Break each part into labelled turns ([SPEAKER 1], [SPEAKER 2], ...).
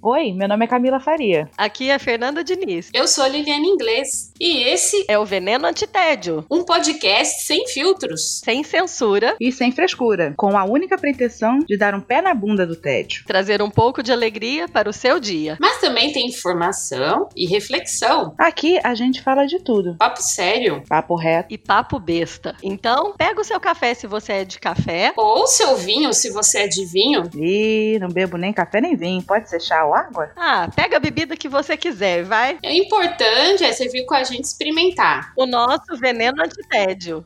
[SPEAKER 1] Oi, meu nome é Camila Faria.
[SPEAKER 2] Aqui é a Fernanda Diniz.
[SPEAKER 3] Eu sou a Liliane Inglês e esse
[SPEAKER 2] É o Veneno Antitédio,
[SPEAKER 3] é um podcast sem filtros.
[SPEAKER 2] sem censura,
[SPEAKER 1] E sem frescura, com a única pretensão de dar um pé na bunda do tédio.
[SPEAKER 2] trazer um pouco de alegria para o seu dia.
[SPEAKER 3] Mas também tem informação e reflexão.
[SPEAKER 1] Aqui a gente fala de tudo.
[SPEAKER 3] Papo sério.
[SPEAKER 1] Papo reto.
[SPEAKER 2] E papo besta. Então, pega o seu café se você é de café.
[SPEAKER 3] Ou seu vinho, se você é de vinho.
[SPEAKER 1] Ih, não bebo nem café nem vinho. Pode ser chá ou água?
[SPEAKER 2] Ah, pega a bebida que você quiser, vai.
[SPEAKER 3] O importante é você vir com a gente experimentar.
[SPEAKER 2] O nosso Veneno Antitédio.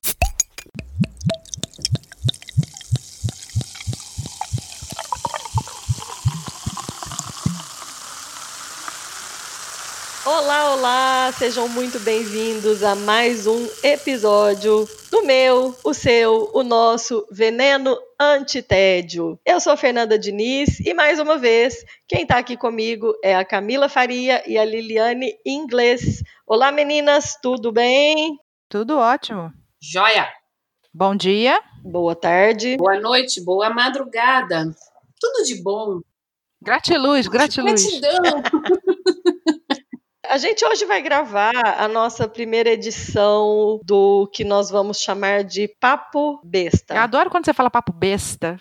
[SPEAKER 2] Olá, olá! Sejam muito bem-vindos a mais um episódio do meu, o seu, o nosso Veneno Antitédio. Eu sou a Fernanda Diniz e mais uma vez, quem tá aqui comigo é a Camila Faria e a Liliane Inglês. Olá, meninas, tudo bem?
[SPEAKER 1] Tudo ótimo.
[SPEAKER 3] Joia!
[SPEAKER 1] Bom dia.
[SPEAKER 2] Boa tarde.
[SPEAKER 3] Boa noite, boa madrugada. Tudo de bom.
[SPEAKER 1] Gratiluz,
[SPEAKER 3] Gratidão.
[SPEAKER 2] A gente hoje vai gravar a nossa primeira edição do que nós vamos chamar de Papo Besta.
[SPEAKER 4] adoro quando você fala papo besta.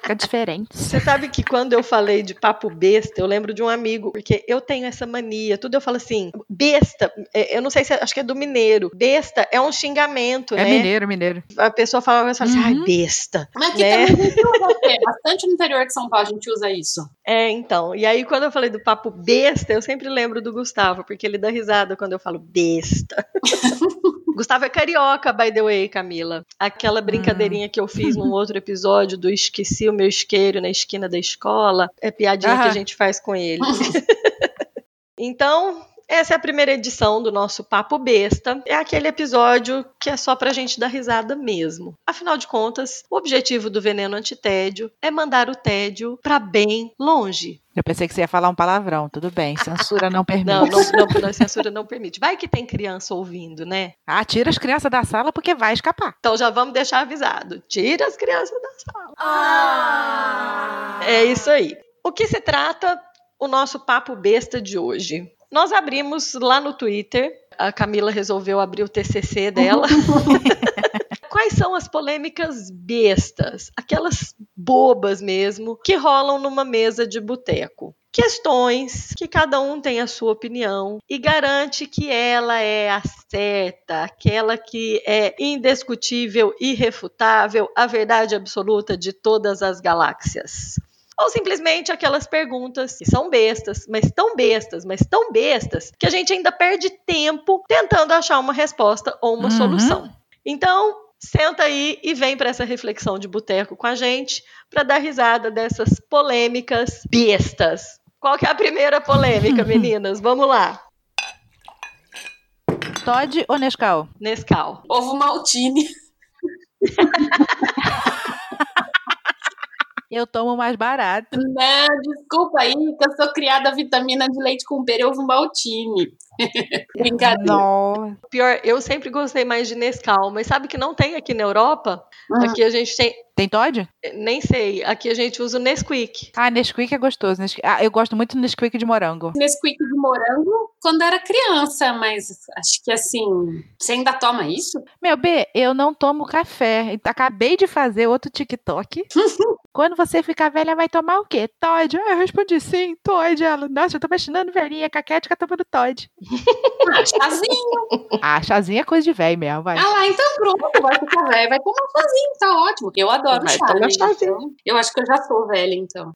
[SPEAKER 4] Fica diferente.
[SPEAKER 2] Você sabe que quando eu falei de papo besta, eu lembro de um amigo, porque eu tenho essa mania. Tudo eu falo assim, besta, é, eu não sei se é- acho que é do mineiro. Besta é um xingamento,
[SPEAKER 4] É
[SPEAKER 2] né?
[SPEAKER 4] mineiro, mineiro.
[SPEAKER 2] A pessoa fala, fala assim,
[SPEAKER 4] Uhum.
[SPEAKER 2] ai, besta.
[SPEAKER 3] Mas aqui tá
[SPEAKER 2] Né?
[SPEAKER 3] também a gente usa, é, bastante no interior de São Paulo a gente usa isso.
[SPEAKER 2] É, então. E aí, quando eu falei do papo besta, eu sempre lembro do Gustavo, porque ele dá risada quando eu falo besta. Gustavo é carioca, by the way, Camila. Aquela brincadeirinha que eu fiz num outro episódio do esqueci o meu isqueiro na esquina da escola, é piadinha que a
[SPEAKER 4] Aham.
[SPEAKER 2] gente faz com ele. Então, essa é a primeira edição do nosso Papo Besta. É aquele episódio que é só pra gente dar risada mesmo. Afinal de contas, o objetivo do veneno antitédio é mandar o tédio pra bem longe.
[SPEAKER 4] Eu pensei que você ia falar um palavrão, tudo bem. Censura não permite.
[SPEAKER 2] Não, não, não, a censura não permite. Vai que tem criança ouvindo, né?
[SPEAKER 4] Ah, tira as crianças da sala porque vai escapar.
[SPEAKER 2] Então já vamos deixar avisado. Tira as crianças da sala. É isso aí. O que se trata o nosso papo besta de hoje? Nós abrimos lá no Twitter. A Camila resolveu abrir o TCC dela. Quais são as polêmicas bestas, aquelas bobas mesmo, que rolam numa mesa de boteco? Questões que cada um tem a sua opinião e garante que ela é a certa, aquela que é indiscutível, irrefutável, a verdade absoluta de todas as galáxias. Ou simplesmente aquelas perguntas que são bestas, mas tão bestas, mas tão bestas, que a gente ainda perde tempo tentando achar uma resposta ou uma
[SPEAKER 4] Uhum.
[SPEAKER 2] solução. Então, senta aí e vem para essa reflexão de boteco com a gente para dar risada dessas polêmicas bestas. Qual que é a primeira polêmica, meninas? Vamos lá.
[SPEAKER 4] Todd ou Nescau?
[SPEAKER 2] Nescau.
[SPEAKER 3] Ovo maltine.
[SPEAKER 4] Eu tomo mais barato.
[SPEAKER 3] Não, desculpa aí, que eu sou criada a vitamina de leite com pera e ovo maltine. Brincadeira.
[SPEAKER 4] Não.
[SPEAKER 2] Pior, eu sempre gostei mais de Nescau, mas sabe que não tem aqui na Europa?
[SPEAKER 3] Hum.
[SPEAKER 2] Aqui a gente tem,
[SPEAKER 4] Tem Todd?
[SPEAKER 2] nem sei, aqui a gente usa o Nesquik.
[SPEAKER 4] Ah, Nesquik é gostoso. Nesqu- Ah, eu gosto muito do Nesquik de morango.
[SPEAKER 3] Nesquik de morango quando era criança, mas acho que assim, você ainda toma isso?
[SPEAKER 4] Meu B, eu não tomo café. E Acabei de fazer outro TikTok. Quando você ficar velha, vai tomar o quê? Todd? Ah, eu respondi sim, Todd. Ela, nossa, eu tô imaginando velhinha, caquética tomando Todd.
[SPEAKER 3] Ah, chazinho.
[SPEAKER 4] Ah, chazinho é coisa de velho mesmo, vai.
[SPEAKER 3] Ah lá, então pronto, vai ficar velho, vai tomar chazinho, tá ótimo. Eu adoro
[SPEAKER 2] Vai
[SPEAKER 3] chá.
[SPEAKER 2] tomar
[SPEAKER 3] né?
[SPEAKER 2] chazinho.
[SPEAKER 3] Então, Eu acho que eu já sou velha, então.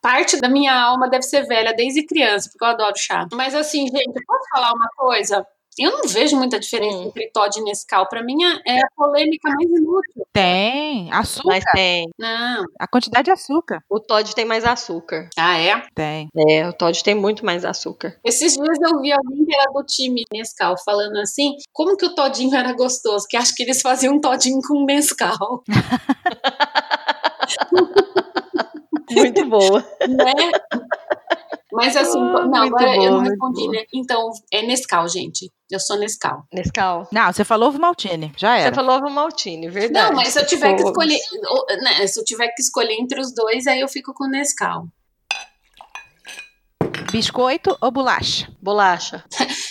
[SPEAKER 3] Parte da minha alma deve ser velha desde criança, porque eu adoro chá. Mas assim, gente, eu posso falar uma coisa? Eu não vejo muita diferença
[SPEAKER 2] Hum.
[SPEAKER 3] entre Todd e Nescau. Pra mim é a polêmica mais inútil.
[SPEAKER 4] Tem açúcar.
[SPEAKER 2] Mas tem.
[SPEAKER 3] Não.
[SPEAKER 4] A quantidade de açúcar.
[SPEAKER 2] O Todd tem mais açúcar.
[SPEAKER 3] Ah, é?
[SPEAKER 4] Tem.
[SPEAKER 2] É, o Todd tem muito mais açúcar.
[SPEAKER 3] Esses dias eu vi alguém que era do time Nescau falando assim, como que o Todinho era gostoso, que acho que eles faziam um Todinho com Nescau,
[SPEAKER 2] Muito boa.
[SPEAKER 3] né? Mas assim,
[SPEAKER 2] Ah,
[SPEAKER 3] não,
[SPEAKER 2] muito
[SPEAKER 3] agora
[SPEAKER 2] boa,
[SPEAKER 3] eu não
[SPEAKER 2] muito
[SPEAKER 3] respondi,
[SPEAKER 2] boa.
[SPEAKER 3] né? Então, é Nescau, gente. Eu sou Nescau.
[SPEAKER 2] Nescau.
[SPEAKER 4] Não, você falou ovo maltine, já
[SPEAKER 2] Você
[SPEAKER 4] era.
[SPEAKER 2] falou ovo maltine, verdade.
[SPEAKER 3] Não, mas se eu tiver que
[SPEAKER 2] Pô,
[SPEAKER 3] escolher, ou, né, se eu tiver que escolher entre os dois, aí eu fico com Nescau.
[SPEAKER 4] Biscoito ou bolacha?
[SPEAKER 2] Bolacha.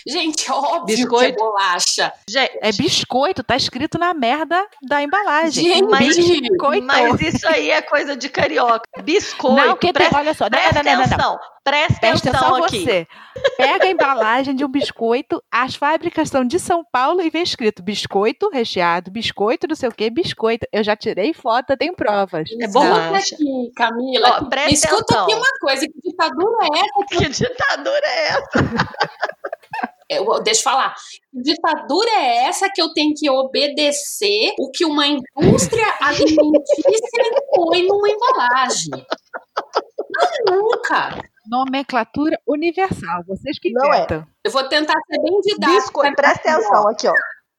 [SPEAKER 3] Gente, óbvio
[SPEAKER 2] Biscoito.
[SPEAKER 3] que é bolacha.
[SPEAKER 2] Gente,
[SPEAKER 4] É biscoito, tá escrito na merda da
[SPEAKER 2] É,
[SPEAKER 4] embalagem.
[SPEAKER 3] Gente,
[SPEAKER 2] mas-
[SPEAKER 4] biscoito.
[SPEAKER 2] mas isso aí é coisa de carioca. Biscoito.
[SPEAKER 4] não, que tem,
[SPEAKER 2] presta,
[SPEAKER 4] olha só, não, não,
[SPEAKER 2] presta
[SPEAKER 4] não, não, não.
[SPEAKER 2] atenção. Presta,
[SPEAKER 4] Presta
[SPEAKER 2] atenção
[SPEAKER 4] atenção
[SPEAKER 2] aqui.
[SPEAKER 4] você. Pega a embalagem de um biscoito, as fábricas são de São Paulo e vem escrito biscoito recheado, biscoito não sei o que, biscoito. Eu já tirei foto, eu tenho provas.
[SPEAKER 2] É
[SPEAKER 3] Escuta
[SPEAKER 2] bolacha.
[SPEAKER 3] aqui, Camila.
[SPEAKER 2] Ó, é então. presta
[SPEAKER 3] Escuta
[SPEAKER 2] atenção.
[SPEAKER 3] aqui uma coisa, que ditadura é essa?
[SPEAKER 2] Que ditadura é essa?
[SPEAKER 3] É, Eu- deixa eu falar. Que ditadura é essa que eu tenho que obedecer o que uma indústria alimentícia põe numa embalagem? Não, nunca.
[SPEAKER 4] Nomenclatura universal, vocês que
[SPEAKER 5] Não é.
[SPEAKER 4] inventam.
[SPEAKER 3] Eu vou tentar ser bem didática.
[SPEAKER 5] Biscoito, presta atenção aqui, ó.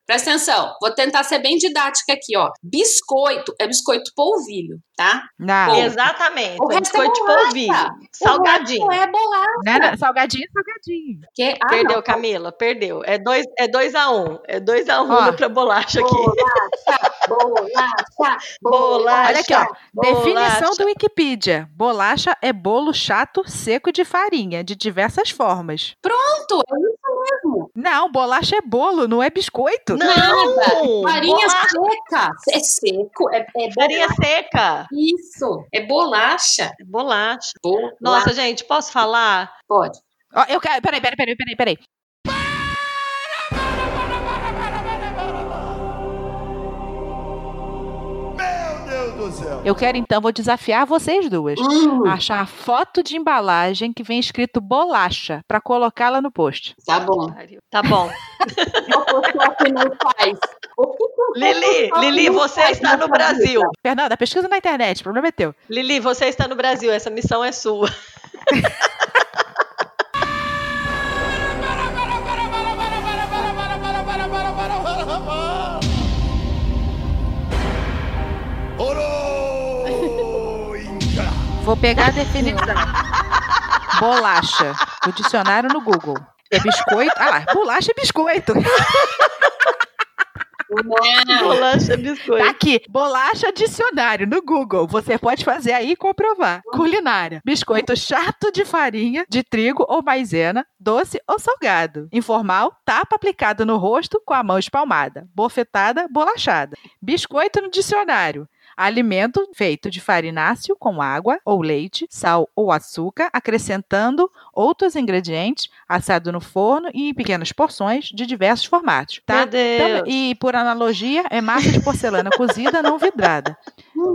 [SPEAKER 3] Presta atenção, vou tentar ser bem didática aqui, ó. Biscoito é biscoito polvilho, tá?
[SPEAKER 4] Não,
[SPEAKER 3] Bom,
[SPEAKER 2] Exatamente.
[SPEAKER 3] o resto é
[SPEAKER 2] Biscoito de
[SPEAKER 3] bolacha.
[SPEAKER 2] polvilho. Salgadinho.
[SPEAKER 3] Não é bolacha.
[SPEAKER 4] não, não, salgadinho, salgadinho.
[SPEAKER 3] que- Ah,
[SPEAKER 2] Perdeu, Camila, perdeu. É 2 é dois a 1 um. É 2 a 1 um
[SPEAKER 4] Ó.
[SPEAKER 2] no pra bolacha aqui.
[SPEAKER 3] não. Bolacha,
[SPEAKER 2] Bolacha.
[SPEAKER 4] Olha aqui, ó.
[SPEAKER 2] Bolacha.
[SPEAKER 4] Definição do Wikipedia: bolacha é bolo chato seco de farinha, de diversas formas.
[SPEAKER 3] Pronto, é isso mesmo.
[SPEAKER 4] Não, bolacha é bolo, não é biscoito.
[SPEAKER 2] Não!
[SPEAKER 3] Farinha
[SPEAKER 2] Bolacha,
[SPEAKER 3] seca. É seco, é, é
[SPEAKER 2] farinha seca.
[SPEAKER 3] Isso, é bolacha.
[SPEAKER 2] Bolacha.
[SPEAKER 3] Bolacha.
[SPEAKER 2] Nossa, gente, posso falar?
[SPEAKER 3] Pode.
[SPEAKER 4] Ó, eu quero. Peraí, peraí, peraí, peraí, peraí.
[SPEAKER 6] Meu Deus do céu.
[SPEAKER 4] Eu quero então, vou desafiar vocês duas.
[SPEAKER 3] Hum,
[SPEAKER 4] Achar a foto de embalagem que vem escrito bolacha pra colocá-la no post.
[SPEAKER 3] tá bom.
[SPEAKER 2] Tá bom.
[SPEAKER 3] é Photoshop não faz. O que que o
[SPEAKER 2] Lili,
[SPEAKER 3] Photoshop
[SPEAKER 2] Lili,
[SPEAKER 3] não
[SPEAKER 2] você
[SPEAKER 3] faz
[SPEAKER 2] está no
[SPEAKER 3] nessa
[SPEAKER 2] Brasil.
[SPEAKER 3] vida?
[SPEAKER 4] Fernanda, pesquisa na internet, o problema é teu.
[SPEAKER 2] Lili, você está no Brasil. Essa missão é sua.
[SPEAKER 6] Oroinca.
[SPEAKER 4] Vou pegar a definição. bolacha. O dicionário no Google. É biscoito. Ah lá, bolacha é biscoito.
[SPEAKER 3] Não,
[SPEAKER 2] Bolacha,
[SPEAKER 4] Tá
[SPEAKER 2] biscoito.
[SPEAKER 4] aqui, bolacha dicionário no Google. Você pode fazer aí e comprovar. Culinária: biscoito chato de farinha, de trigo ou maisena, doce ou salgado. Informal: tapa aplicado no rosto com a mão espalmada, bofetada, bolachada. Biscoito no dicionário. Alimento feito de farináceo com água ou leite, sal ou açúcar, acrescentando outros ingredientes, assado no forno e em pequenas porções de diversos formatos. Tá?
[SPEAKER 2] Meu Deus.
[SPEAKER 4] Tam- e por analogia, é massa de porcelana cozida, não vidrada.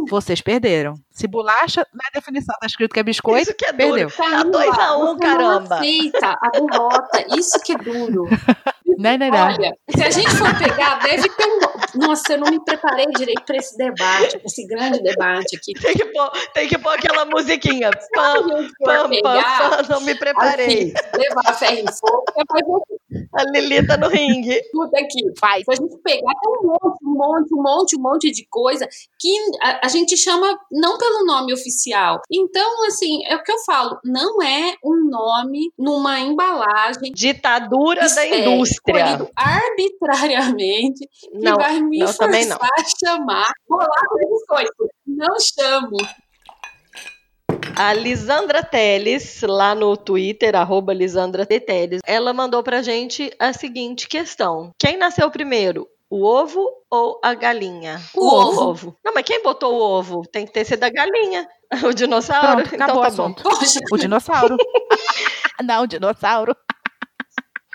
[SPEAKER 4] Vocês perderam. Se bolacha, na definição tá escrito que é biscoito,
[SPEAKER 2] Isso que é duro.
[SPEAKER 4] perdeu.
[SPEAKER 3] Camila,
[SPEAKER 2] dois a um,
[SPEAKER 3] Tá você
[SPEAKER 2] caramba.
[SPEAKER 3] Não aceita a derrota. Isso que é duro.
[SPEAKER 4] Não, não, não.
[SPEAKER 3] Olha, se a gente for pegar, deve ter um. Nossa, eu não me preparei direito para esse debate, pra esse grande debate aqui.
[SPEAKER 2] Tem que, pôr, tem que pôr aquela musiquinha.
[SPEAKER 3] Se a
[SPEAKER 2] Pam,
[SPEAKER 3] gente for
[SPEAKER 2] pam, pam,
[SPEAKER 3] pegar,
[SPEAKER 2] pam. Não me preparei.
[SPEAKER 3] assim, levar ferro e fogo, você vai ver
[SPEAKER 2] A Lili tá no ringue.
[SPEAKER 3] tudo aqui. Se a gente pegar, tem um monte, um monte, um monte, um monte de coisa que a, a gente chama não pelo nome oficial. Então, assim, é o que eu falo, não é um nome numa embalagem.
[SPEAKER 2] Ditadura da
[SPEAKER 3] é,
[SPEAKER 2] indústria.
[SPEAKER 3] escolhido arbitrariamente que
[SPEAKER 2] Não,
[SPEAKER 3] vai me
[SPEAKER 2] não,
[SPEAKER 3] forçar
[SPEAKER 2] também não.
[SPEAKER 3] a chamar bolacha de biscoito. Não chamo.
[SPEAKER 2] A Lisandra Teles, lá no Twitter, arroba Lisandra T. Teles, ela mandou pra gente a seguinte questão: Quem nasceu primeiro? O ovo ou a galinha?
[SPEAKER 3] O ovo.
[SPEAKER 2] Não, mas quem botou o ovo? Tem que ter sido a galinha. O dinossauro.
[SPEAKER 4] Pronto,
[SPEAKER 2] então
[SPEAKER 4] acabou
[SPEAKER 2] tá
[SPEAKER 4] o
[SPEAKER 2] bom.
[SPEAKER 4] assunto.
[SPEAKER 3] Poxa,
[SPEAKER 4] O dinossauro. não, o dinossauro.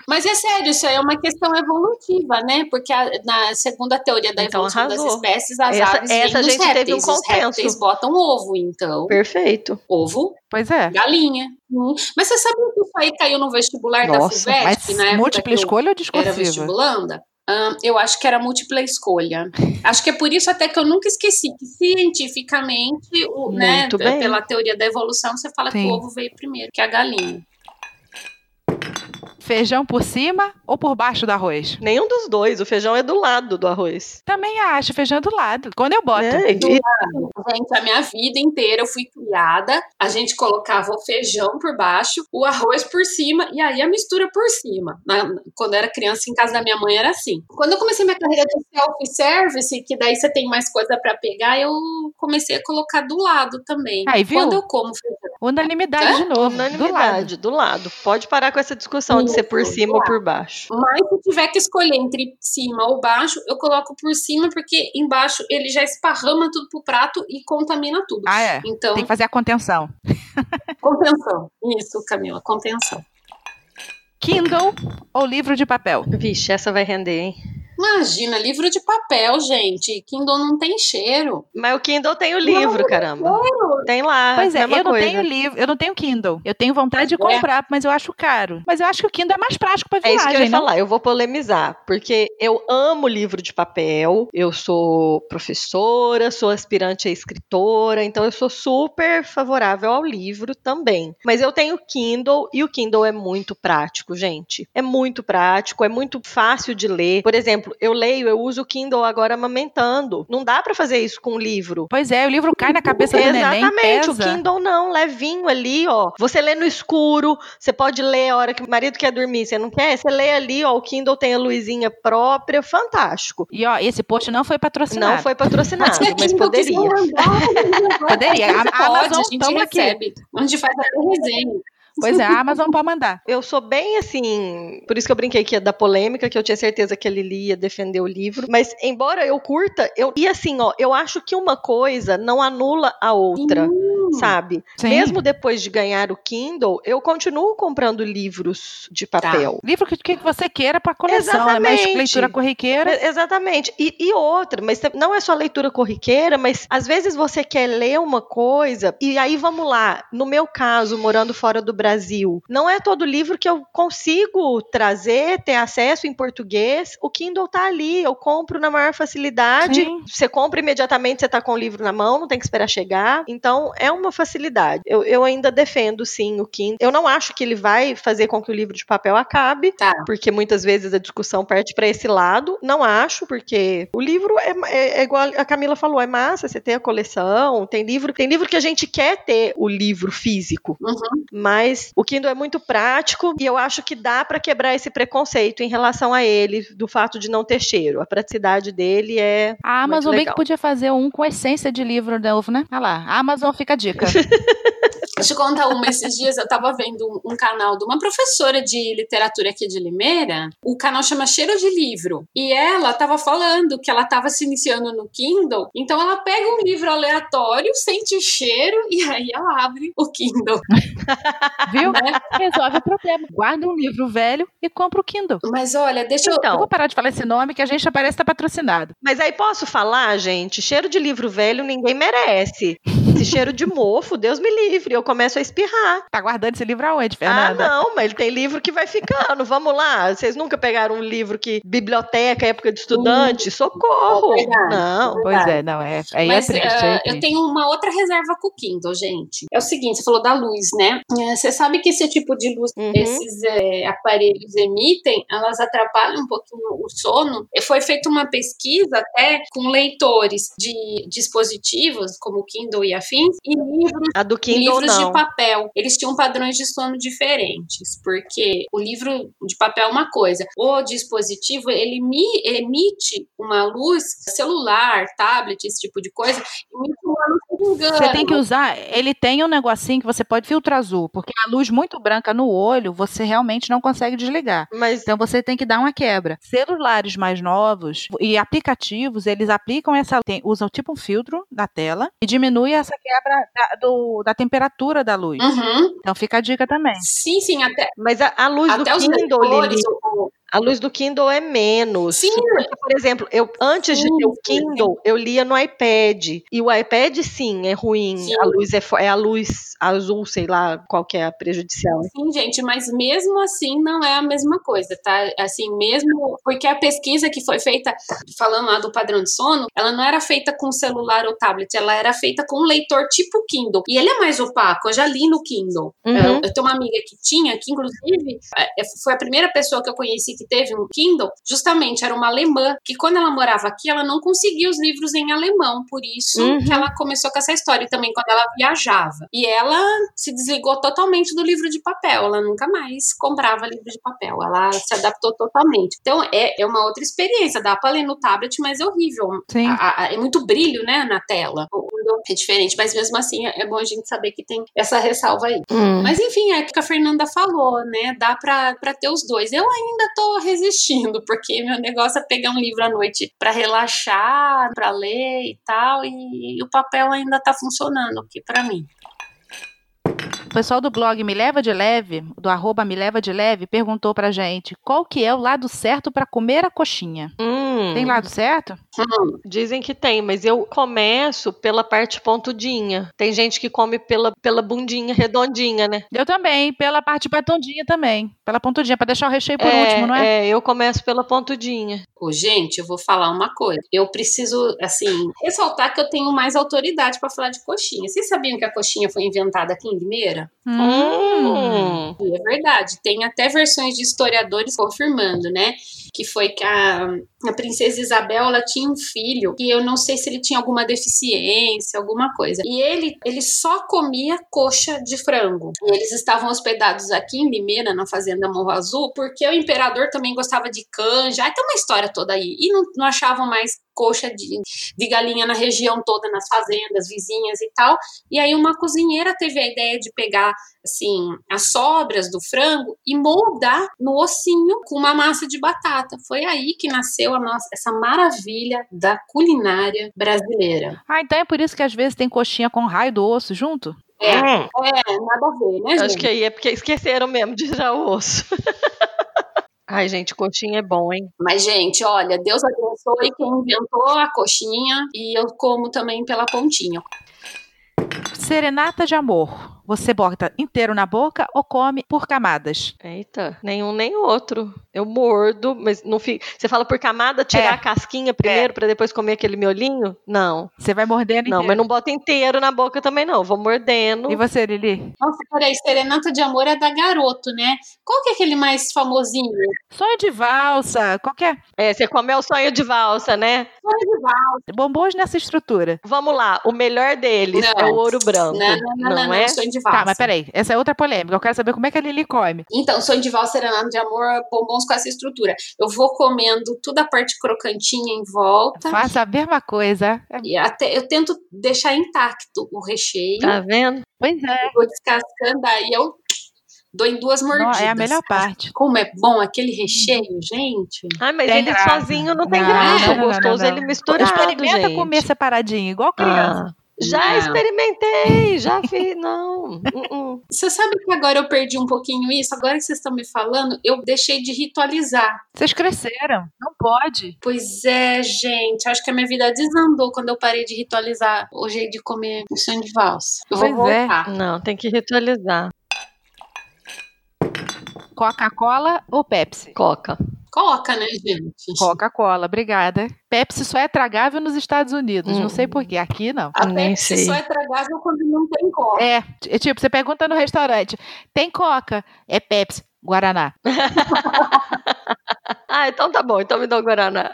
[SPEAKER 3] mas é sério, isso aí é uma questão evolutiva, né? Porque a- na segunda teoria da
[SPEAKER 2] Então,
[SPEAKER 3] evolução das
[SPEAKER 2] arrasou.
[SPEAKER 3] espécies, as
[SPEAKER 2] Essa-
[SPEAKER 3] aves
[SPEAKER 2] essa
[SPEAKER 3] vêm
[SPEAKER 2] a
[SPEAKER 3] dos
[SPEAKER 2] gente teve um
[SPEAKER 3] répteis. Os
[SPEAKER 2] consenso.
[SPEAKER 3] répteis botam ovo, então.
[SPEAKER 2] Perfeito.
[SPEAKER 3] Ovo,
[SPEAKER 4] Pois é.
[SPEAKER 3] galinha. Hum. Mas você sabe que isso aí caiu no vestibular da
[SPEAKER 4] Nossa,
[SPEAKER 3] FUVEST,
[SPEAKER 4] mas
[SPEAKER 3] na época
[SPEAKER 4] múltipla
[SPEAKER 3] que eu
[SPEAKER 4] escolha ou
[SPEAKER 3] era
[SPEAKER 4] discursiva?
[SPEAKER 3] vestibulanda? Ahn, eu acho que era múltipla escolha. Acho que é por isso até que eu nunca esqueci que cientificamente, o, né,
[SPEAKER 2] Muito bem.
[SPEAKER 3] pela teoria da evolução, você fala
[SPEAKER 4] Sim.
[SPEAKER 3] que o ovo veio primeiro, que a galinha.
[SPEAKER 4] Feijão por cima ou por baixo do arroz?
[SPEAKER 2] Nenhum dos dois. O feijão é do lado do arroz.
[SPEAKER 4] Também acho feijão do lado. Quando eu boto.
[SPEAKER 2] Né? E-
[SPEAKER 3] Gente, a minha vida inteira eu fui criada, a gente colocava o feijão por baixo, o arroz por cima e aí a mistura por cima. Na- quando eu era criança, em casa da minha mãe era assim. Quando eu comecei minha carreira de self-service, que daí você tem mais coisa pra pegar, eu comecei a colocar do lado também.
[SPEAKER 4] Aí, viu?
[SPEAKER 3] Quando eu como feijão
[SPEAKER 4] Unanimidade de novo. Unanimidade.
[SPEAKER 2] É? Unanimidade, do lado. Pode parar com essa discussão de ser por
[SPEAKER 3] Isso,
[SPEAKER 2] cima
[SPEAKER 3] do
[SPEAKER 2] ou por baixo.
[SPEAKER 3] Mas se tiver que escolher entre cima ou baixo, eu coloco por cima, porque embaixo ele já esparrama tudo pro prato e contamina tudo.
[SPEAKER 4] Ah, é.
[SPEAKER 3] Então,
[SPEAKER 4] Tem que fazer a contenção.
[SPEAKER 3] contenção. Isso, Camila, contenção.
[SPEAKER 4] Kindle ou livro de papel?
[SPEAKER 2] Vixe, essa vai render, hein?
[SPEAKER 3] Imagina, livro de papel, gente. Kindle não tem cheiro.
[SPEAKER 2] Mas o Kindle tem o livro, caramba. Tem lá.
[SPEAKER 4] Pois é,
[SPEAKER 2] mesma
[SPEAKER 4] eu não
[SPEAKER 2] Ah, coisa.
[SPEAKER 4] tenho livro, eu não tenho Kindle. Eu tenho vontade de
[SPEAKER 3] É.
[SPEAKER 4] comprar, mas eu acho caro. Mas eu acho que o Kindle é mais prático pra
[SPEAKER 2] É
[SPEAKER 4] viagem, né?
[SPEAKER 2] isso que eu ia
[SPEAKER 4] não?
[SPEAKER 2] falar, eu vou polemizar, porque eu amo livro de papel, eu sou professora, sou aspirante a escritora, então eu sou super favorável ao livro também. Mas eu tenho Kindle e o Kindle é muito prático, gente. É muito prático, é muito fácil de ler. Por exemplo, eu leio, eu uso o Kindle agora amamentando. Não dá pra fazer isso com um livro.
[SPEAKER 4] Pois é, o livro cai na cabeça do neném,
[SPEAKER 2] Exatamente, o
[SPEAKER 4] pesa.
[SPEAKER 2] Kindle não, levinho ali, ó. Você lê no escuro, você pode ler a hora que o marido quer dormir, você não quer? Você lê ali, ó, o Kindle tem a luzinha própria, fantástico.
[SPEAKER 4] E ó, esse post não foi patrocinado.
[SPEAKER 2] Não foi patrocinado,
[SPEAKER 3] é
[SPEAKER 2] mas poderia.
[SPEAKER 4] Poderia. A- a Amazon
[SPEAKER 3] a gente
[SPEAKER 4] toma aqui.
[SPEAKER 3] recebe. Onde faz até resenha.
[SPEAKER 4] Pois é, a Amazon pode mandar.
[SPEAKER 2] Eu sou bem assim, por isso que eu brinquei que ia da polêmica, que eu tinha certeza que ele ia defender o livro, mas embora eu curta, eu e assim, ó, eu acho que uma coisa não anula a outra, sabe?
[SPEAKER 4] Sim.
[SPEAKER 2] Mesmo depois de ganhar o Kindle, eu continuo comprando livros de
[SPEAKER 4] Tá.
[SPEAKER 2] papel.
[SPEAKER 4] Livro que, que você queira pra coleção, né? Mas
[SPEAKER 2] Exatamente.
[SPEAKER 4] leitura corriqueira.
[SPEAKER 2] E- Exatamente. E, e outra, mas tam- não é só leitura corriqueira, mas às vezes você quer ler uma coisa, e aí vamos lá, no meu caso, morando fora do Brasil, não é todo livro que eu consigo trazer, ter acesso em português. O Kindle tá ali, eu compro na maior facilidade.
[SPEAKER 4] Sim.
[SPEAKER 2] Você compra imediatamente, você tá com o livro na mão, não tem que esperar chegar. Então, é uma facilidade. Eu, eu ainda defendo, sim, o Kindle. Eu não acho que ele vai fazer com que o livro de papel acabe,
[SPEAKER 3] Tá.
[SPEAKER 2] porque muitas vezes a discussão parte para esse lado. Não acho, porque o livro é, é- é igual a Camila falou, é massa, você tem a coleção, tem livro, tem livro que a gente quer ter o livro físico,
[SPEAKER 3] Uhum.
[SPEAKER 2] mas o Kindle é muito prático e eu acho que dá para quebrar esse preconceito em relação a ele do fato de não ter cheiro. A praticidade dele é
[SPEAKER 4] A Amazon bem que
[SPEAKER 2] legal.
[SPEAKER 4] podia fazer um com essência de livro novo, né? Olha lá, a Amazon fica a dica.
[SPEAKER 3] Deixa eu contar uma. Esses dias eu tava vendo um- um canal de uma professora de literatura aqui de Limeira. O canal chama Cheiro de Livro. E ela tava falando que ela tava se iniciando no Kindle. Então ela pega um livro aleatório, sente o cheiro e aí ela abre o Kindle.
[SPEAKER 4] Viu? É,
[SPEAKER 3] Né?
[SPEAKER 4] Resolve o problema. Guarda um livro velho e compra o Kindle.
[SPEAKER 3] Mas olha, deixa eu.
[SPEAKER 4] Eu
[SPEAKER 2] Então,
[SPEAKER 4] vou parar de falar esse nome que a gente parece estar patrocinado.
[SPEAKER 2] mas aí posso falar, gente, cheiro de livro velho ninguém merece. Esse cheiro de mofo, Deus me livre, eu começo a espirrar.
[SPEAKER 4] Tá guardando esse livro aonde, Fernanda?
[SPEAKER 2] Ah, não, mas ele tem livro que vai ficando. Vamos lá. Vocês nunca pegaram um livro que. Biblioteca, época de estudante? Socorro!
[SPEAKER 3] É verdade.
[SPEAKER 2] Não.
[SPEAKER 4] Pois é, não, é. Aí
[SPEAKER 3] Mas
[SPEAKER 4] é triste.
[SPEAKER 3] ah,
[SPEAKER 4] é
[SPEAKER 3] eu
[SPEAKER 4] triste.
[SPEAKER 3] tenho uma outra reserva com o Kindle, gente. É o seguinte, você falou da luz, né? Eh, Você sabe que esse tipo de luz,
[SPEAKER 2] Uhum.
[SPEAKER 3] esses eh, aparelhos emitem, elas atrapalham um pouquinho o sono. E Foi feita uma pesquisa até com leitores de dispositivos, como o Kindle e afins, e livros
[SPEAKER 2] A do Kindle,
[SPEAKER 3] livros
[SPEAKER 2] não.
[SPEAKER 3] de papel, eles tinham padrões de sono diferentes, porque o livro de papel é uma coisa, o dispositivo ele mi- emite uma luz celular, tablet, esse tipo de coisa, emite uma luz que engana.
[SPEAKER 4] Você tem que usar, ele tem um negocinho que você pode filtro azul, porque a luz muito branca no olho, você realmente não consegue desligar.
[SPEAKER 2] Mas.
[SPEAKER 4] Então você tem que dar uma quebra. Celulares mais novos e aplicativos, eles aplicam essa, tem- usam tipo um filtro na tela e diminui essa quebra da, do- da temperatura da luz.
[SPEAKER 3] Uhum.
[SPEAKER 4] Então fica a dica também.
[SPEAKER 3] Sim, sim, até,
[SPEAKER 2] Mas a, a luz
[SPEAKER 3] até
[SPEAKER 2] do
[SPEAKER 3] os
[SPEAKER 2] Kindle,
[SPEAKER 3] leitores,
[SPEAKER 2] Lili,
[SPEAKER 3] o-
[SPEAKER 2] a luz do Kindle é menos.
[SPEAKER 3] Sim.
[SPEAKER 2] Porque, por exemplo, eu antes de
[SPEAKER 3] Sim,
[SPEAKER 2] ter o
[SPEAKER 3] sim,
[SPEAKER 2] Kindle, eu lia no iPad. E o iPad, sim, é ruim.
[SPEAKER 3] Sim.
[SPEAKER 2] A luz é, fo- é a luz azul, sei lá qual que é a prejudicial.
[SPEAKER 3] Sim, gente, mas mesmo assim não é a mesma coisa, tá? Assim, mesmo porque a pesquisa que foi feita falando lá do padrão de sono, ela não era feita com celular ou tablet, ela era feita com um leitor tipo Kindle. E ele é mais opaco, eu já li no Kindle.
[SPEAKER 4] Uhum.
[SPEAKER 2] Uhum. Então,
[SPEAKER 3] Eu, eu tenho uma amiga que tinha, que inclusive é, é, foi a primeira pessoa que eu conheci que teve um Kindle, justamente era uma alemã, que quando ela morava aqui, ela não conseguia os livros em alemão, por isso
[SPEAKER 2] Uhum.
[SPEAKER 3] que ela começou com essa história, e também quando ela viajava. E ela se desligou totalmente do livro de papel. Ela nunca mais comprava livro de papel. Ela se adaptou totalmente. Então é, é uma outra experiência. Dá pra ler no tablet, mas é horrível.
[SPEAKER 4] Sim.
[SPEAKER 3] A- a- é muito brilho, né, na tela. O, o mundo é diferente. Mas mesmo assim, é bom a gente saber que tem essa ressalva aí.
[SPEAKER 4] Uhum.
[SPEAKER 2] Hum.
[SPEAKER 3] Mas enfim, é o que a Fernanda falou, né? Dá pra, pra ter os dois. Eu ainda tô resistindo, porque meu negócio é pegar um livro à noite pra relaxar, pra ler e tal, e, o papel ainda tá funcionando aqui pra mim.
[SPEAKER 4] O pessoal do blog Me Leva de Leve, do arroba Me Leva de Leve, perguntou pra gente qual que é o lado certo pra comer a coxinha.
[SPEAKER 2] Hum.
[SPEAKER 4] Tem lado certo?
[SPEAKER 3] Hum,
[SPEAKER 2] Dizem que tem, mas eu começo pela parte pontudinha. Tem gente que come pela, pela bundinha redondinha, né?
[SPEAKER 4] Eu também, pela parte batondinha também. Pela pontudinha, pra deixar o recheio por último, não é?
[SPEAKER 2] eu começo pela pontudinha.
[SPEAKER 3] Ô, gente, eu vou falar uma coisa. Eu preciso, assim, ressaltar que eu tenho mais autoridade pra falar de coxinha. Vocês sabiam que a coxinha foi inventada aqui em Limeira?
[SPEAKER 4] Uhum.
[SPEAKER 2] Uhum. Hum.
[SPEAKER 3] É verdade. Tem até versões de historiadores confirmando, né? Que foi que a, a princesa Isabel ela tinha um filho e eu não sei se ele tinha alguma deficiência, alguma coisa. E ele, ele só comia coxa de frango. E eles estavam hospedados aqui em Limeira, na fazenda Morro Azul, porque o imperador também gostava de canja. Aí tem uma história toda aí. E não, não achavam mais coxa de, de galinha na região toda, nas fazendas, vizinhas e tal. E aí uma cozinheira teve a ideia de pegar assim, as sobras do frango e moldar no ossinho com uma massa de batata. Foi aí que nasceu a nossa, essa maravilha da culinária brasileira.
[SPEAKER 4] Ah, então é por isso que às vezes tem coxinha com raio do osso junto?
[SPEAKER 3] É, é nada a ver, né,
[SPEAKER 2] Hum. Acho
[SPEAKER 3] gente?
[SPEAKER 2] que aí é porque esqueceram mesmo de tirar o osso. Ai, gente, coxinha é bom, hein?
[SPEAKER 3] Mas, gente, olha, Deus abençoe quem inventou a coxinha e eu como também pela pontinha.
[SPEAKER 4] Serenata de amor. Você bota inteiro na boca ou come por camadas?
[SPEAKER 2] Eita, nenhum nem outro. Eu mordo, mas não fica. Você fala por camada, tirar
[SPEAKER 4] É.
[SPEAKER 2] a casquinha primeiro pra depois comer aquele miolinho? Não.
[SPEAKER 4] Você vai mordendo
[SPEAKER 2] Não, mas
[SPEAKER 4] inteiro.
[SPEAKER 2] não bota inteiro na boca também, não. Vou mordendo.
[SPEAKER 4] E você, Lili?
[SPEAKER 3] Nossa, peraí, Serenata de Amor é da Garoto, né? Qual que é aquele mais famosinho?
[SPEAKER 4] Sonho de valsa, qualquer.
[SPEAKER 2] É, você come é o sonho de valsa, né?
[SPEAKER 3] Sonho de Valsa.
[SPEAKER 4] Bombons nessa estrutura.
[SPEAKER 2] Vamos lá, o melhor deles
[SPEAKER 3] Não.
[SPEAKER 2] é o ouro branco.
[SPEAKER 3] Não, não, não, não, não,
[SPEAKER 2] é?
[SPEAKER 3] Sonho de Valsa.
[SPEAKER 4] Tá, mas peraí. Essa é outra polêmica. Eu quero saber como é que a Lili come.
[SPEAKER 3] Então, sonho de valsa, serenata de amor, bombons com essa estrutura. Eu vou comendo toda a parte crocantinha em volta.
[SPEAKER 4] Faça a mesma coisa. É-
[SPEAKER 3] E até eu tento deixar intacto o recheio.
[SPEAKER 4] Ah.
[SPEAKER 2] Tá vendo?
[SPEAKER 4] Pois é.
[SPEAKER 3] Vou descascando, aí eu dou em duas
[SPEAKER 4] Não,
[SPEAKER 3] mordidas.
[SPEAKER 4] é a melhor parte.
[SPEAKER 3] Como é bom aquele recheio, gente.
[SPEAKER 2] Ah, mas
[SPEAKER 4] Tem
[SPEAKER 2] ele
[SPEAKER 4] graça.
[SPEAKER 2] sozinho não tem
[SPEAKER 4] Não,
[SPEAKER 2] graça.
[SPEAKER 4] não,
[SPEAKER 2] O
[SPEAKER 4] não,
[SPEAKER 2] gostoso é
[SPEAKER 4] não,
[SPEAKER 2] ele
[SPEAKER 4] não.
[SPEAKER 2] misturado,
[SPEAKER 4] Experimenta
[SPEAKER 2] gente.
[SPEAKER 4] comer separadinho, igual criança.
[SPEAKER 2] Ah, já
[SPEAKER 3] Não.
[SPEAKER 2] experimentei, já fiz. Não. Uh-uh.
[SPEAKER 3] Você sabe que agora eu perdi um pouquinho isso? Agora que vocês estão me falando, eu deixei de ritualizar.
[SPEAKER 4] Vocês cresceram. Não pode.
[SPEAKER 3] Pois é, gente. Acho que a minha vida desandou quando eu parei de ritualizar o jeito de comer sonho de valsa. Eu vou
[SPEAKER 4] Pois é.
[SPEAKER 3] voltar.
[SPEAKER 2] Não, tem que ritualizar.
[SPEAKER 4] Coca-Cola ou Pepsi?
[SPEAKER 2] Coca.
[SPEAKER 3] Coloca, né, gente?
[SPEAKER 4] Coca-Cola, obrigada. Pepsi só é tragável nos Estados Unidos.
[SPEAKER 2] Hum.
[SPEAKER 4] Não sei porquê. Aqui não.
[SPEAKER 3] A
[SPEAKER 2] Nem
[SPEAKER 3] Pepsi
[SPEAKER 2] sei.
[SPEAKER 3] só é tragável quando não tem coca.
[SPEAKER 4] É, t- tipo, você pergunta no restaurante: tem Coca? É Pepsi, Guaraná.
[SPEAKER 2] Ah, então tá bom, então me dá o Guaraná.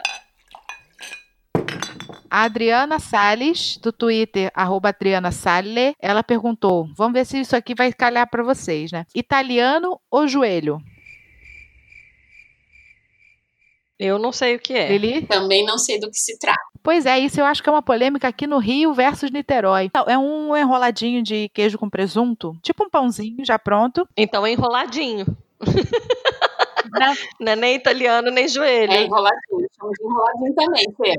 [SPEAKER 4] A Adriana Salles, do Twitter, arroba Adriana Salle, ela perguntou: vamos ver se isso aqui vai calhar pra vocês, né? Italiano ou joelho?
[SPEAKER 2] Eu não sei o que é.
[SPEAKER 4] Lili?
[SPEAKER 3] Também não sei do que se trata.
[SPEAKER 4] Pois é, isso eu acho que é uma polêmica aqui no Rio versus Niterói. É um enroladinho de queijo com presunto, tipo um pãozinho já pronto.
[SPEAKER 2] Então é enroladinho.
[SPEAKER 4] Não.
[SPEAKER 2] Não é nem italiano, nem joelho.
[SPEAKER 3] É enroladinho. Chama de enroladinho também, Fê.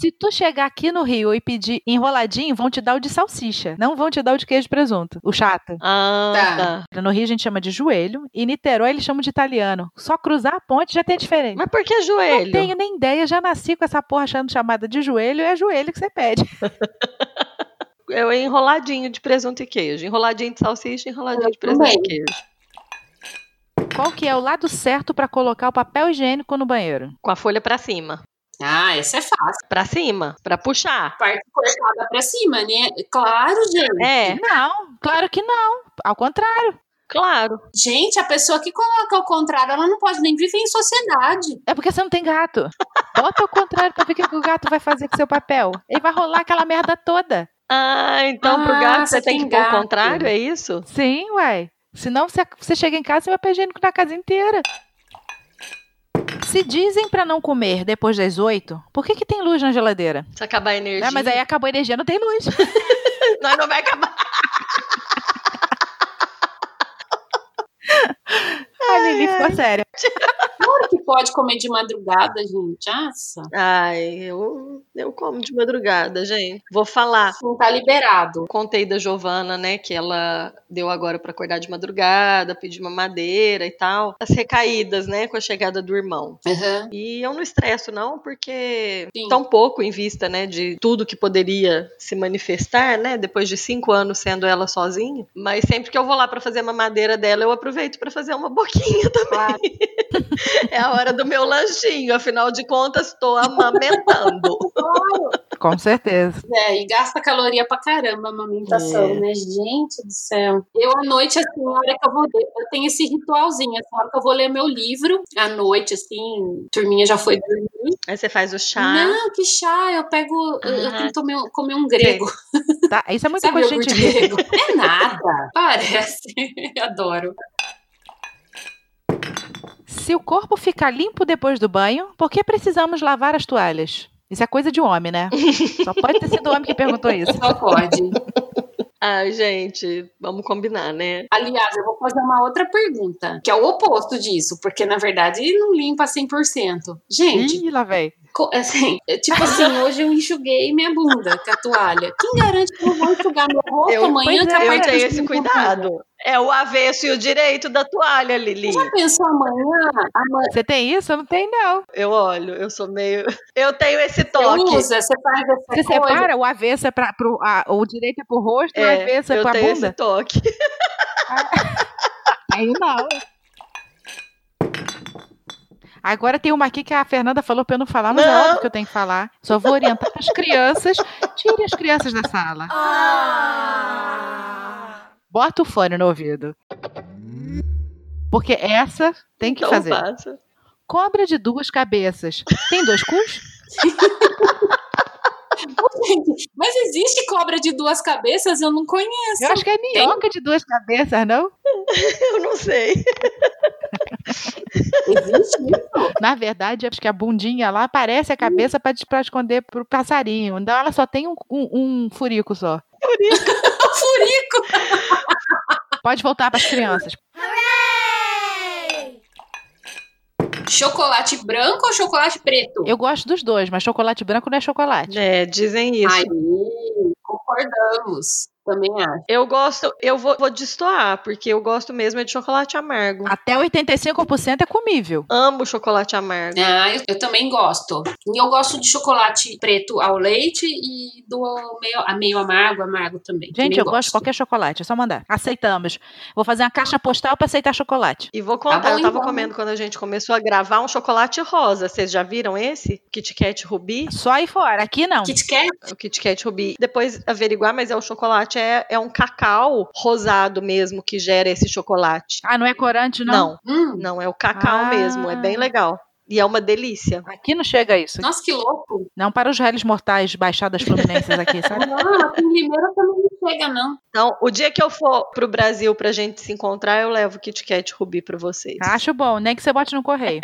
[SPEAKER 4] Se tu chegar aqui no Rio e pedir enroladinho, vão te dar o de salsicha, não vão te dar o de queijo e presunto, o chato.
[SPEAKER 2] Ah,
[SPEAKER 3] Tá.
[SPEAKER 2] tá.
[SPEAKER 4] No Rio a gente chama de joelho e Niterói eles chamam de italiano. Só cruzar a ponte já tem diferença.
[SPEAKER 2] Mas por que
[SPEAKER 4] Não
[SPEAKER 2] joelho?
[SPEAKER 4] tenho nem ideia, já nasci com essa porra achando chamada de joelho, é joelho que você pede.
[SPEAKER 2] Eu é enroladinho de presunto e queijo. Enroladinho de salsicha, enroladinho de presunto
[SPEAKER 3] também.
[SPEAKER 2] e queijo.
[SPEAKER 4] Qual que é o lado certo pra colocar o papel higiênico no banheiro?
[SPEAKER 2] Com a folha pra cima.
[SPEAKER 3] Ah, essa é fácil.
[SPEAKER 2] Pra cima, pra puxar.
[SPEAKER 3] Parte cortada pra cima, né? Claro, gente.
[SPEAKER 2] É,
[SPEAKER 4] Não, claro que não. Ao contrário.
[SPEAKER 2] claro.
[SPEAKER 3] Gente, a pessoa que coloca ao contrário, ela não pode nem viver em sociedade.
[SPEAKER 4] É porque você não tem gato. Bota ao contrário pra ver o que que o gato vai fazer com seu papel. Ele vai rolar aquela merda toda.
[SPEAKER 2] Ah, então pro
[SPEAKER 3] Ah,
[SPEAKER 2] gato você
[SPEAKER 3] você
[SPEAKER 2] tem que
[SPEAKER 3] tem
[SPEAKER 2] pôr o
[SPEAKER 3] gato.
[SPEAKER 2] contrário, é isso?
[SPEAKER 4] Sim, uai. Senão você, você chega em casa e vai higiênico na casa inteira. Se dizem pra não comer depois das oito, por que, que tem luz na geladeira?
[SPEAKER 2] Se acabar a energia. É.
[SPEAKER 4] Ah, mas aí acabou a energia, não tem luz.
[SPEAKER 2] Nós não vai acabar.
[SPEAKER 4] A Lili ficou séria.
[SPEAKER 3] Claro que pode comer de madrugada, gente. Nossa,
[SPEAKER 2] Ai, eu, eu como de madrugada, gente. Vou falar.
[SPEAKER 3] não tá liberado.
[SPEAKER 2] Contei da Giovana, né, que ela deu agora pra acordar de madrugada, pedir uma madeira e tal. As recaídas, né, com a chegada do irmão.
[SPEAKER 3] Aham.
[SPEAKER 2] E eu não estresso, não, porque
[SPEAKER 3] Sim.
[SPEAKER 2] tão pouco em vista, né, de tudo que poderia se manifestar, né, depois de cinco anos sendo ela sozinha. Mas sempre que eu vou lá pra fazer a mamadeira dela, eu aproveito pra fazer uma boquinha também.
[SPEAKER 3] Claro.
[SPEAKER 2] É a hora do meu lanchinho, afinal de contas, tô amamentando.
[SPEAKER 4] Com certeza.
[SPEAKER 3] É, e gasta caloria pra caramba a amamentação,
[SPEAKER 2] É.
[SPEAKER 3] né? Gente do céu. Eu à noite, assim, a hora que eu vou ler, eu tenho esse ritualzinho, assim, a hora que eu vou ler meu livro, à noite, assim, turminha já foi dormir.
[SPEAKER 2] Aí você faz o
[SPEAKER 4] Tá.
[SPEAKER 2] chá.
[SPEAKER 3] Não, que chá, eu pego, eu, eu
[SPEAKER 2] Ah.
[SPEAKER 3] tenho que comer, um- comer um grego.
[SPEAKER 4] Tá? Isso é muita
[SPEAKER 3] Sabe
[SPEAKER 4] coisa
[SPEAKER 3] o
[SPEAKER 4] que a
[SPEAKER 3] iogurte
[SPEAKER 4] gente vê.
[SPEAKER 3] grego? É nada, parece. Eu Adoro.
[SPEAKER 4] Se o corpo ficar limpo depois do banho, por que precisamos lavar as toalhas? Isso é coisa de homem, né? Só pode ter sido homem que perguntou isso.
[SPEAKER 3] Só pode.
[SPEAKER 2] Ai, gente, vamos combinar, né?
[SPEAKER 3] Aliás, eu vou fazer uma outra pergunta, que é o oposto disso, porque na verdade não limpa 100%. Gente,
[SPEAKER 4] Ih, lá vem.
[SPEAKER 3] Co- Assim, é tipo assim, hoje eu enxuguei minha bunda com a toalha. Quem garante que eu não vou enxugar meu rosto
[SPEAKER 2] Eu-
[SPEAKER 3] amanhã?
[SPEAKER 4] pois
[SPEAKER 3] que
[SPEAKER 4] é,
[SPEAKER 3] a
[SPEAKER 2] Eu
[SPEAKER 3] parte
[SPEAKER 2] tenho
[SPEAKER 3] de
[SPEAKER 2] esse
[SPEAKER 3] cima tá limpa?
[SPEAKER 2] cuidado. É o avesso e o direito da toalha, Lili.
[SPEAKER 3] Já pensou amanhã? Amanhã
[SPEAKER 4] Você tem isso? Eu não tenho, não.
[SPEAKER 2] Eu olho, eu sou meio. Eu tenho esse
[SPEAKER 3] você
[SPEAKER 2] toque.
[SPEAKER 3] usa, você faz essa
[SPEAKER 4] Você
[SPEAKER 3] coisa.
[SPEAKER 4] separa o avesso é pra, pro, a- o direito é pro rosto, o
[SPEAKER 2] É,
[SPEAKER 4] avesso é
[SPEAKER 2] eu
[SPEAKER 4] pra
[SPEAKER 2] tenho
[SPEAKER 4] bunda?
[SPEAKER 2] esse toque.
[SPEAKER 4] Aí não. Agora tem uma aqui que a Fernanda falou pra eu não falar, mas é
[SPEAKER 2] Não.
[SPEAKER 4] óbvio que eu tenho que falar. Só vou orientar as crianças. Tire as crianças da sala. Bota o fone no ouvido. Porque essa tem que
[SPEAKER 2] então
[SPEAKER 4] fazer.
[SPEAKER 2] passa.
[SPEAKER 4] Cobra de duas cabeças. Tem dois cus?
[SPEAKER 3] Gente, Mas existe cobra de duas cabeças? Eu não conheço.
[SPEAKER 4] Eu acho que é minhoca de duas cabeças, não?
[SPEAKER 2] Eu não sei.
[SPEAKER 3] Existe isso?
[SPEAKER 4] Na verdade, acho que a bundinha lá parece
[SPEAKER 2] Hum.
[SPEAKER 4] a cabeça pra des- pra esconder pro passarinho. Então ela só tem um, um- um furico só.
[SPEAKER 3] O furico.
[SPEAKER 4] Pode voltar pras crianças.
[SPEAKER 3] Chocolate branco ou chocolate preto?
[SPEAKER 4] Eu gosto dos dois, mas chocolate branco não é chocolate.
[SPEAKER 2] É, dizem isso.
[SPEAKER 3] Aí, concordamos. Também acho.
[SPEAKER 2] Eu gosto, eu vou, vou destoar, porque eu gosto mesmo é de chocolate amargo.
[SPEAKER 4] Até 85% é comível.
[SPEAKER 2] Amo chocolate amargo.
[SPEAKER 4] É.
[SPEAKER 3] Ah, eu, eu também gosto. E eu gosto de chocolate preto ao leite e do meio, a meio amargo, amargo também.
[SPEAKER 4] Gente,
[SPEAKER 3] Também
[SPEAKER 4] eu gosto de qualquer chocolate, é só mandar. Aceitamos. Vou fazer uma caixa postal pra aceitar chocolate.
[SPEAKER 2] E vou contar,
[SPEAKER 3] Tá bom,
[SPEAKER 2] eu tava
[SPEAKER 3] então.
[SPEAKER 2] comendo quando a gente começou a gravar um chocolate rosa. Vocês já viram esse? Kit Kat Rubi?
[SPEAKER 4] Só aí fora, aqui não.
[SPEAKER 3] Kit Kat?
[SPEAKER 2] O Kit Kat Rubi. Depois averiguar, mas é o chocolate, é, é um cacau rosado mesmo que gera esse chocolate.
[SPEAKER 4] Ah, não é corante, não?
[SPEAKER 2] Não,
[SPEAKER 3] Hum,
[SPEAKER 2] não, é o cacau
[SPEAKER 4] Ah.
[SPEAKER 2] mesmo. É bem legal. E é uma delícia.
[SPEAKER 4] Aqui não chega isso.
[SPEAKER 3] nossa, que louco.
[SPEAKER 4] Não para os réis mortais baixadas fluminenses aqui, sabe?
[SPEAKER 3] Ah, com Limeira também não chega, não.
[SPEAKER 2] Então, o dia que eu for pro Brasil pra gente se encontrar, eu levo o Kit Kat Rubi pra vocês.
[SPEAKER 4] Acho bom, nem que você bote no correio.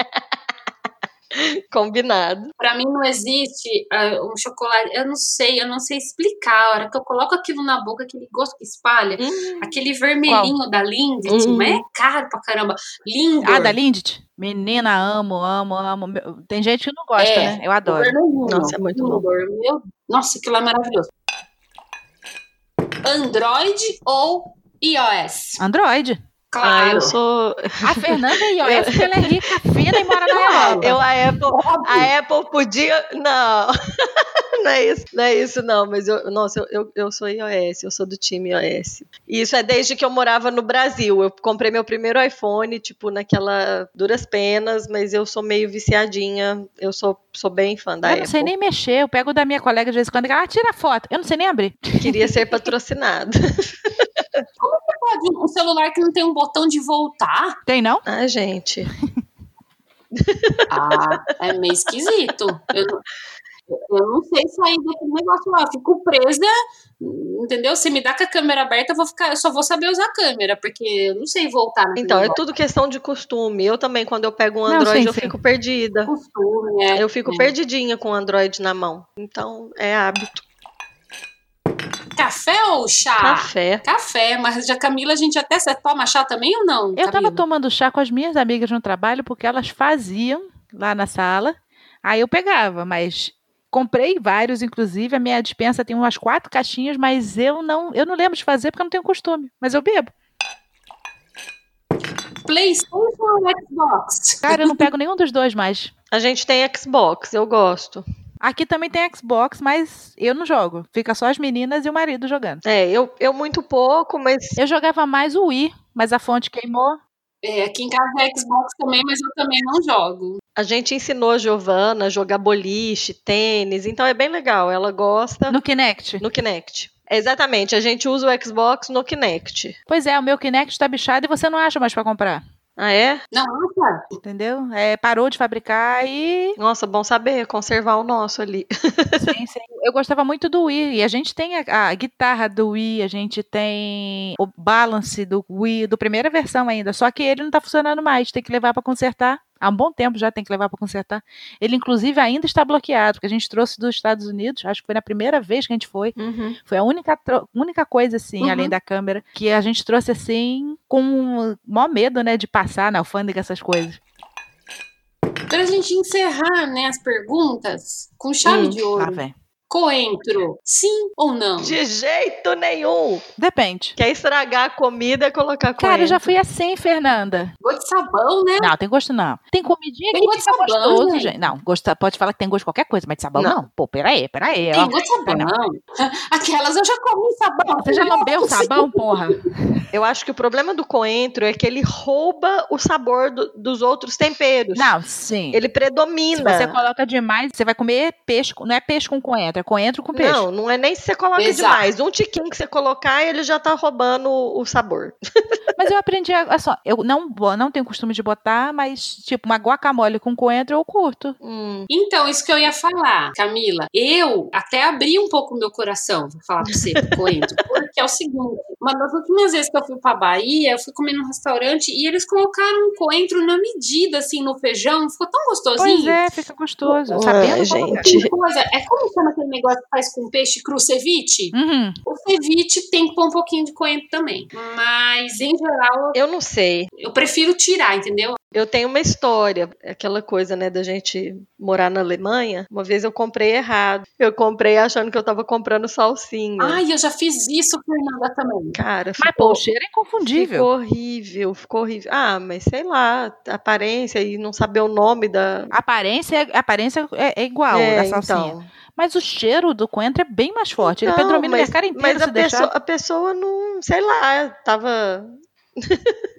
[SPEAKER 2] Combinado.
[SPEAKER 3] Pra mim não existe ah, um chocolate. Eu não sei, eu não sei explicar. A hora que eu coloco aquilo na boca, aquele gosto que espalha,
[SPEAKER 2] Hum.
[SPEAKER 3] aquele vermelhinho da Lindt,
[SPEAKER 2] Hum.
[SPEAKER 3] mas é caro pra caramba. Lindo.
[SPEAKER 4] Ah, da Lindt? Menina, amo, amo, amo. Meu- Tem gente que não gosta,
[SPEAKER 3] É,
[SPEAKER 4] né? Eu adoro.
[SPEAKER 2] Nossa, é muito bom.
[SPEAKER 3] Meu, nossa, aquilo é maravilhoso. Android ou iOS?
[SPEAKER 4] Android.
[SPEAKER 2] Ah,
[SPEAKER 3] Claro.
[SPEAKER 2] eu sou.
[SPEAKER 4] A Fernanda é iOS porque ela é rica, fina e mora na Europa.
[SPEAKER 2] Eu, a Apple, A Apple podia. Não. Não é isso, não, é isso, não. mas eu, nossa, eu, eu, eu sou iOS, eu sou do time iOS. E isso é desde que eu morava no Brasil. Eu comprei meu primeiro iPhone, tipo, naquela duras penas, mas eu sou meio viciadinha. Eu sou, sou bem fã da
[SPEAKER 4] eu
[SPEAKER 2] Apple.
[SPEAKER 4] não sei nem mexer, eu pego da minha colega de vez em quando e ela "Ah, tira a foto. Eu não sei nem abrir.
[SPEAKER 2] Queria ser patrocinada.
[SPEAKER 3] Pode um celular que não tem um botão de voltar?
[SPEAKER 4] Tem não?
[SPEAKER 2] Ah, gente.
[SPEAKER 3] Ah, é meio esquisito. Eu, não- Eu não sei sair daquele negócio lá. Eu fico presa, entendeu? Se me dá com a câmera aberta, eu, vou ficar, eu só vou saber usar a câmera, porque eu não sei voltar. naquele
[SPEAKER 2] Então, é
[SPEAKER 3] negócio.
[SPEAKER 2] tudo questão de costume. Eu também, quando eu pego um
[SPEAKER 4] Não,
[SPEAKER 2] Android,
[SPEAKER 4] sim,
[SPEAKER 2] eu
[SPEAKER 4] sim.
[SPEAKER 2] fico perdida.
[SPEAKER 3] costume, é.
[SPEAKER 2] Eu fico perdidinha com o Android na mão. Então, é hábito.
[SPEAKER 3] Café ou chá?
[SPEAKER 2] Café.
[SPEAKER 3] Café, mas já Camila, a gente até você toma chá também ou não?
[SPEAKER 4] Eu
[SPEAKER 3] Camila?
[SPEAKER 4] tava tomando chá com as minhas amigas no trabalho, porque elas faziam lá na sala. Aí eu pegava, mas comprei vários, inclusive. A minha dispensa tem umas quatro caixinhas, mas eu não, eu não lembro de fazer porque eu não tenho costume. Mas eu bebo.
[SPEAKER 3] PlayStation ou Xbox?
[SPEAKER 4] Cara, eu não pego nenhum dos dois mais.
[SPEAKER 2] A gente tem Xbox, eu gosto.
[SPEAKER 4] Aqui também tem Xbox, mas eu não jogo. Fica só as meninas e o marido jogando.
[SPEAKER 2] É, eu, eu muito pouco, mas
[SPEAKER 4] Eu jogava mais o Wii, mas a fonte queimou.
[SPEAKER 3] É, aqui em casa é Xbox também, mas eu também não jogo.
[SPEAKER 2] a gente ensinou a Giovana a jogar boliche, tênis, então é bem legal. Ela gosta
[SPEAKER 4] No Kinect.
[SPEAKER 2] no Kinect. É, Exatamente, a gente usa o Xbox no Kinect.
[SPEAKER 4] Pois é, o meu Kinect tá bichado e você não acha mais pra comprar.
[SPEAKER 2] Ah, é?
[SPEAKER 3] Não, nunca.
[SPEAKER 4] Entendeu? É, parou de fabricar e.
[SPEAKER 2] Nossa, bom saber, conservar o nosso ali.
[SPEAKER 4] Sim, sim. Eu gostava muito do Wii. E a gente tem a, a guitarra do Wii, a gente tem o balance do Wii, do primeira versão ainda. Só que ele não tá funcionando mais, tem que levar pra consertar. Há um bom tempo já tem que levar pra consertar. Ele, inclusive, ainda está bloqueado, porque a gente trouxe dos Estados Unidos, acho que foi na primeira vez que a gente foi. Foi a única, tro- única coisa, assim,
[SPEAKER 3] Uhum.
[SPEAKER 4] além da câmera, que a gente trouxe, assim, com mó medo, né, de passar na alfândega, essas coisas.
[SPEAKER 3] Pra gente encerrar, né, as perguntas, com chave
[SPEAKER 2] Hum,
[SPEAKER 3] de
[SPEAKER 4] Lá
[SPEAKER 3] ouro.
[SPEAKER 4] vem.
[SPEAKER 3] Coentro, sim ou não?
[SPEAKER 2] De jeito nenhum!
[SPEAKER 4] Depende.
[SPEAKER 2] Quer é estragar a comida e colocar coentro.
[SPEAKER 4] Cara, eu já fui assim, Fernanda.
[SPEAKER 3] Gosto de sabão, né?
[SPEAKER 4] Não, tem gosto não. Tem comidinha
[SPEAKER 3] Tem
[SPEAKER 4] que
[SPEAKER 3] gosto de
[SPEAKER 4] fica
[SPEAKER 3] sabão,
[SPEAKER 4] gostoso,
[SPEAKER 3] gente.
[SPEAKER 4] gente. Não, gosto, pode falar que tem gosto de qualquer coisa, mas de sabão
[SPEAKER 2] Não.
[SPEAKER 4] não. Pô, peraí, peraí.
[SPEAKER 3] Tem
[SPEAKER 4] ó.
[SPEAKER 3] gosto de sabão. Aquelas eu já comi sabão.
[SPEAKER 4] né? Você já lambeu sabão, porra?
[SPEAKER 2] Eu acho que o problema do coentro é que ele rouba o sabor do- dos outros temperos.
[SPEAKER 4] Não, sim. Se você
[SPEAKER 2] Ele predomina.
[SPEAKER 4] coloca demais, você vai comer peixe. com- Não é peixe com coentro, é coentro com peixe.
[SPEAKER 2] Não, não é nem se você coloca
[SPEAKER 3] Exato.
[SPEAKER 2] demais. Um tiquinho que você colocar, ele já tá roubando o o sabor.
[SPEAKER 4] Mas eu aprendi, a- olha só, eu não, bo- não tenho costume de botar, mas tipo, uma guacamole com coentro eu curto.
[SPEAKER 2] Hum,
[SPEAKER 3] Então, isso que eu ia falar, Camila. Eu até abri um pouco o meu coração, vou falar pra você, coentro. Porque é o seguinte: uma das últimas vezes que eu fui pra Bahia, eu fui comer num restaurante e eles colocaram um coentro na medida, assim, no feijão. Ficou tão gostosinho.
[SPEAKER 4] Pois é, fica gostoso.
[SPEAKER 2] Ai,
[SPEAKER 4] sabendo como-
[SPEAKER 2] gente.
[SPEAKER 3] Tem coisa, é como chama aquele negócio que faz com peixe cru, ceviche?
[SPEAKER 4] Uhum.
[SPEAKER 3] O ceviche tem que pôr um pouquinho de coentro também. Mas, em geral,
[SPEAKER 2] eu não sei.
[SPEAKER 3] eu prefiro tirar, entendeu?
[SPEAKER 2] Eu tenho uma história, aquela coisa, né, da gente morar na Alemanha. Uma vez eu comprei errado. Eu comprei achando que eu tava comprando salsinha.
[SPEAKER 3] Ai, eu já fiz isso, Fernanda, também.
[SPEAKER 2] Cara,
[SPEAKER 4] Mas pô, o cheiro é inconfundível.
[SPEAKER 2] Ficou horrível, ficou horrível. Ah, mas sei lá, a aparência e não saber o nome da.
[SPEAKER 4] A Aparência, a aparência é, é igual da salsinha.
[SPEAKER 2] então.
[SPEAKER 4] Mas o cheiro do coentro é bem mais forte. Ele
[SPEAKER 2] Não,
[SPEAKER 4] predomina
[SPEAKER 2] mas-
[SPEAKER 4] minha cara inteira
[SPEAKER 2] Mas
[SPEAKER 4] se
[SPEAKER 2] a pessoa,
[SPEAKER 4] deixar.
[SPEAKER 2] a pessoa não, sei lá, tava.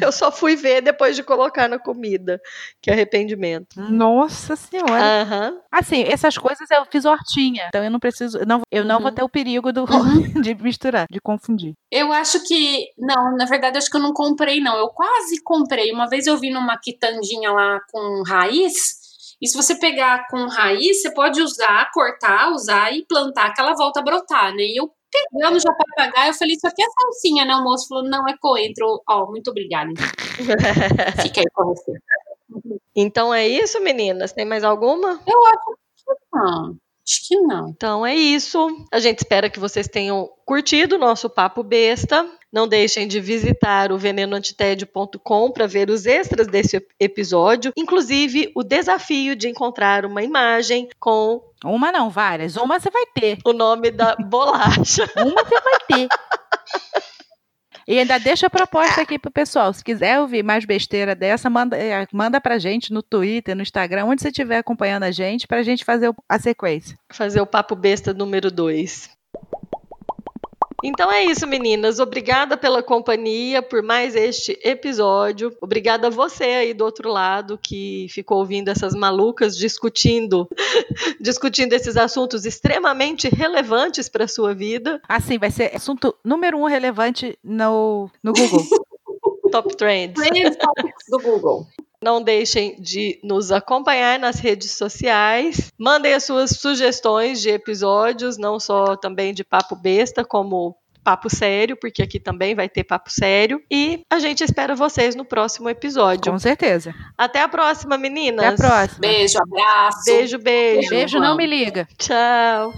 [SPEAKER 2] eu só fui ver depois de colocar na comida. Que arrependimento.
[SPEAKER 4] Nossa
[SPEAKER 2] Ah.
[SPEAKER 4] senhora.
[SPEAKER 2] Aham.
[SPEAKER 4] Assim, essas coisas eu fiz hortinha. Então eu não preciso. eu Não, eu não
[SPEAKER 2] Uhum.
[SPEAKER 4] vou ter o perigo do, de misturar, de confundir.
[SPEAKER 3] Eu acho que. Não, na verdade, acho que eu não comprei, não. Eu quase comprei. Uma vez eu vi numa quitandinha lá com raiz. E se você pegar com raiz, você pode usar, cortar, usar e plantar, que ela volta a brotar, né? E eu pegando já pra pagar, eu falei, isso aqui é salsinha, né? O moço falou, não, é coentro. Ó, muito obrigada. então. Fica aí com você.
[SPEAKER 2] Então é isso, meninas? Tem mais alguma?
[SPEAKER 3] Eu acho que não. Acho que não.
[SPEAKER 2] Então é isso. A gente espera que vocês tenham curtido o nosso papo besta. Não deixem de visitar o venenoantitédio.com para ver os extras desse ep- episódio, inclusive o desafio de encontrar uma imagem com
[SPEAKER 4] Uma não, várias. Uma você vai ter.
[SPEAKER 2] o nome da bolacha.
[SPEAKER 4] Uma você vai ter. E ainda deixa a proposta aqui pro pessoal. Se quiser ouvir mais besteira dessa, manda, eh, manda pra gente no Twitter, no Instagram, onde você estiver acompanhando a gente, pra gente fazer o- a sequência.
[SPEAKER 2] Fazer o papo besta número 2. Então é isso, meninas. Obrigada pela companhia por mais este episódio. Obrigada a você aí do outro lado que ficou ouvindo essas malucas discutindo, discutindo esses assuntos extremamente relevantes para sua vida.
[SPEAKER 4] Assim, vai ser assunto número um relevante no, no Google.
[SPEAKER 2] Top Trends.
[SPEAKER 3] Play Topics do Google.
[SPEAKER 2] Não deixem de nos acompanhar nas redes sociais. Mandem as suas sugestões de episódios, não só também de papo besta, como papo sério, porque aqui também vai ter papo sério. E a gente espera vocês no próximo episódio.
[SPEAKER 4] Com certeza.
[SPEAKER 2] Até a próxima, meninas.
[SPEAKER 4] Até a próxima.
[SPEAKER 3] Beijo, abraço.
[SPEAKER 2] Beijo, beijo.
[SPEAKER 4] Beijo, não me liga.
[SPEAKER 2] Tchau.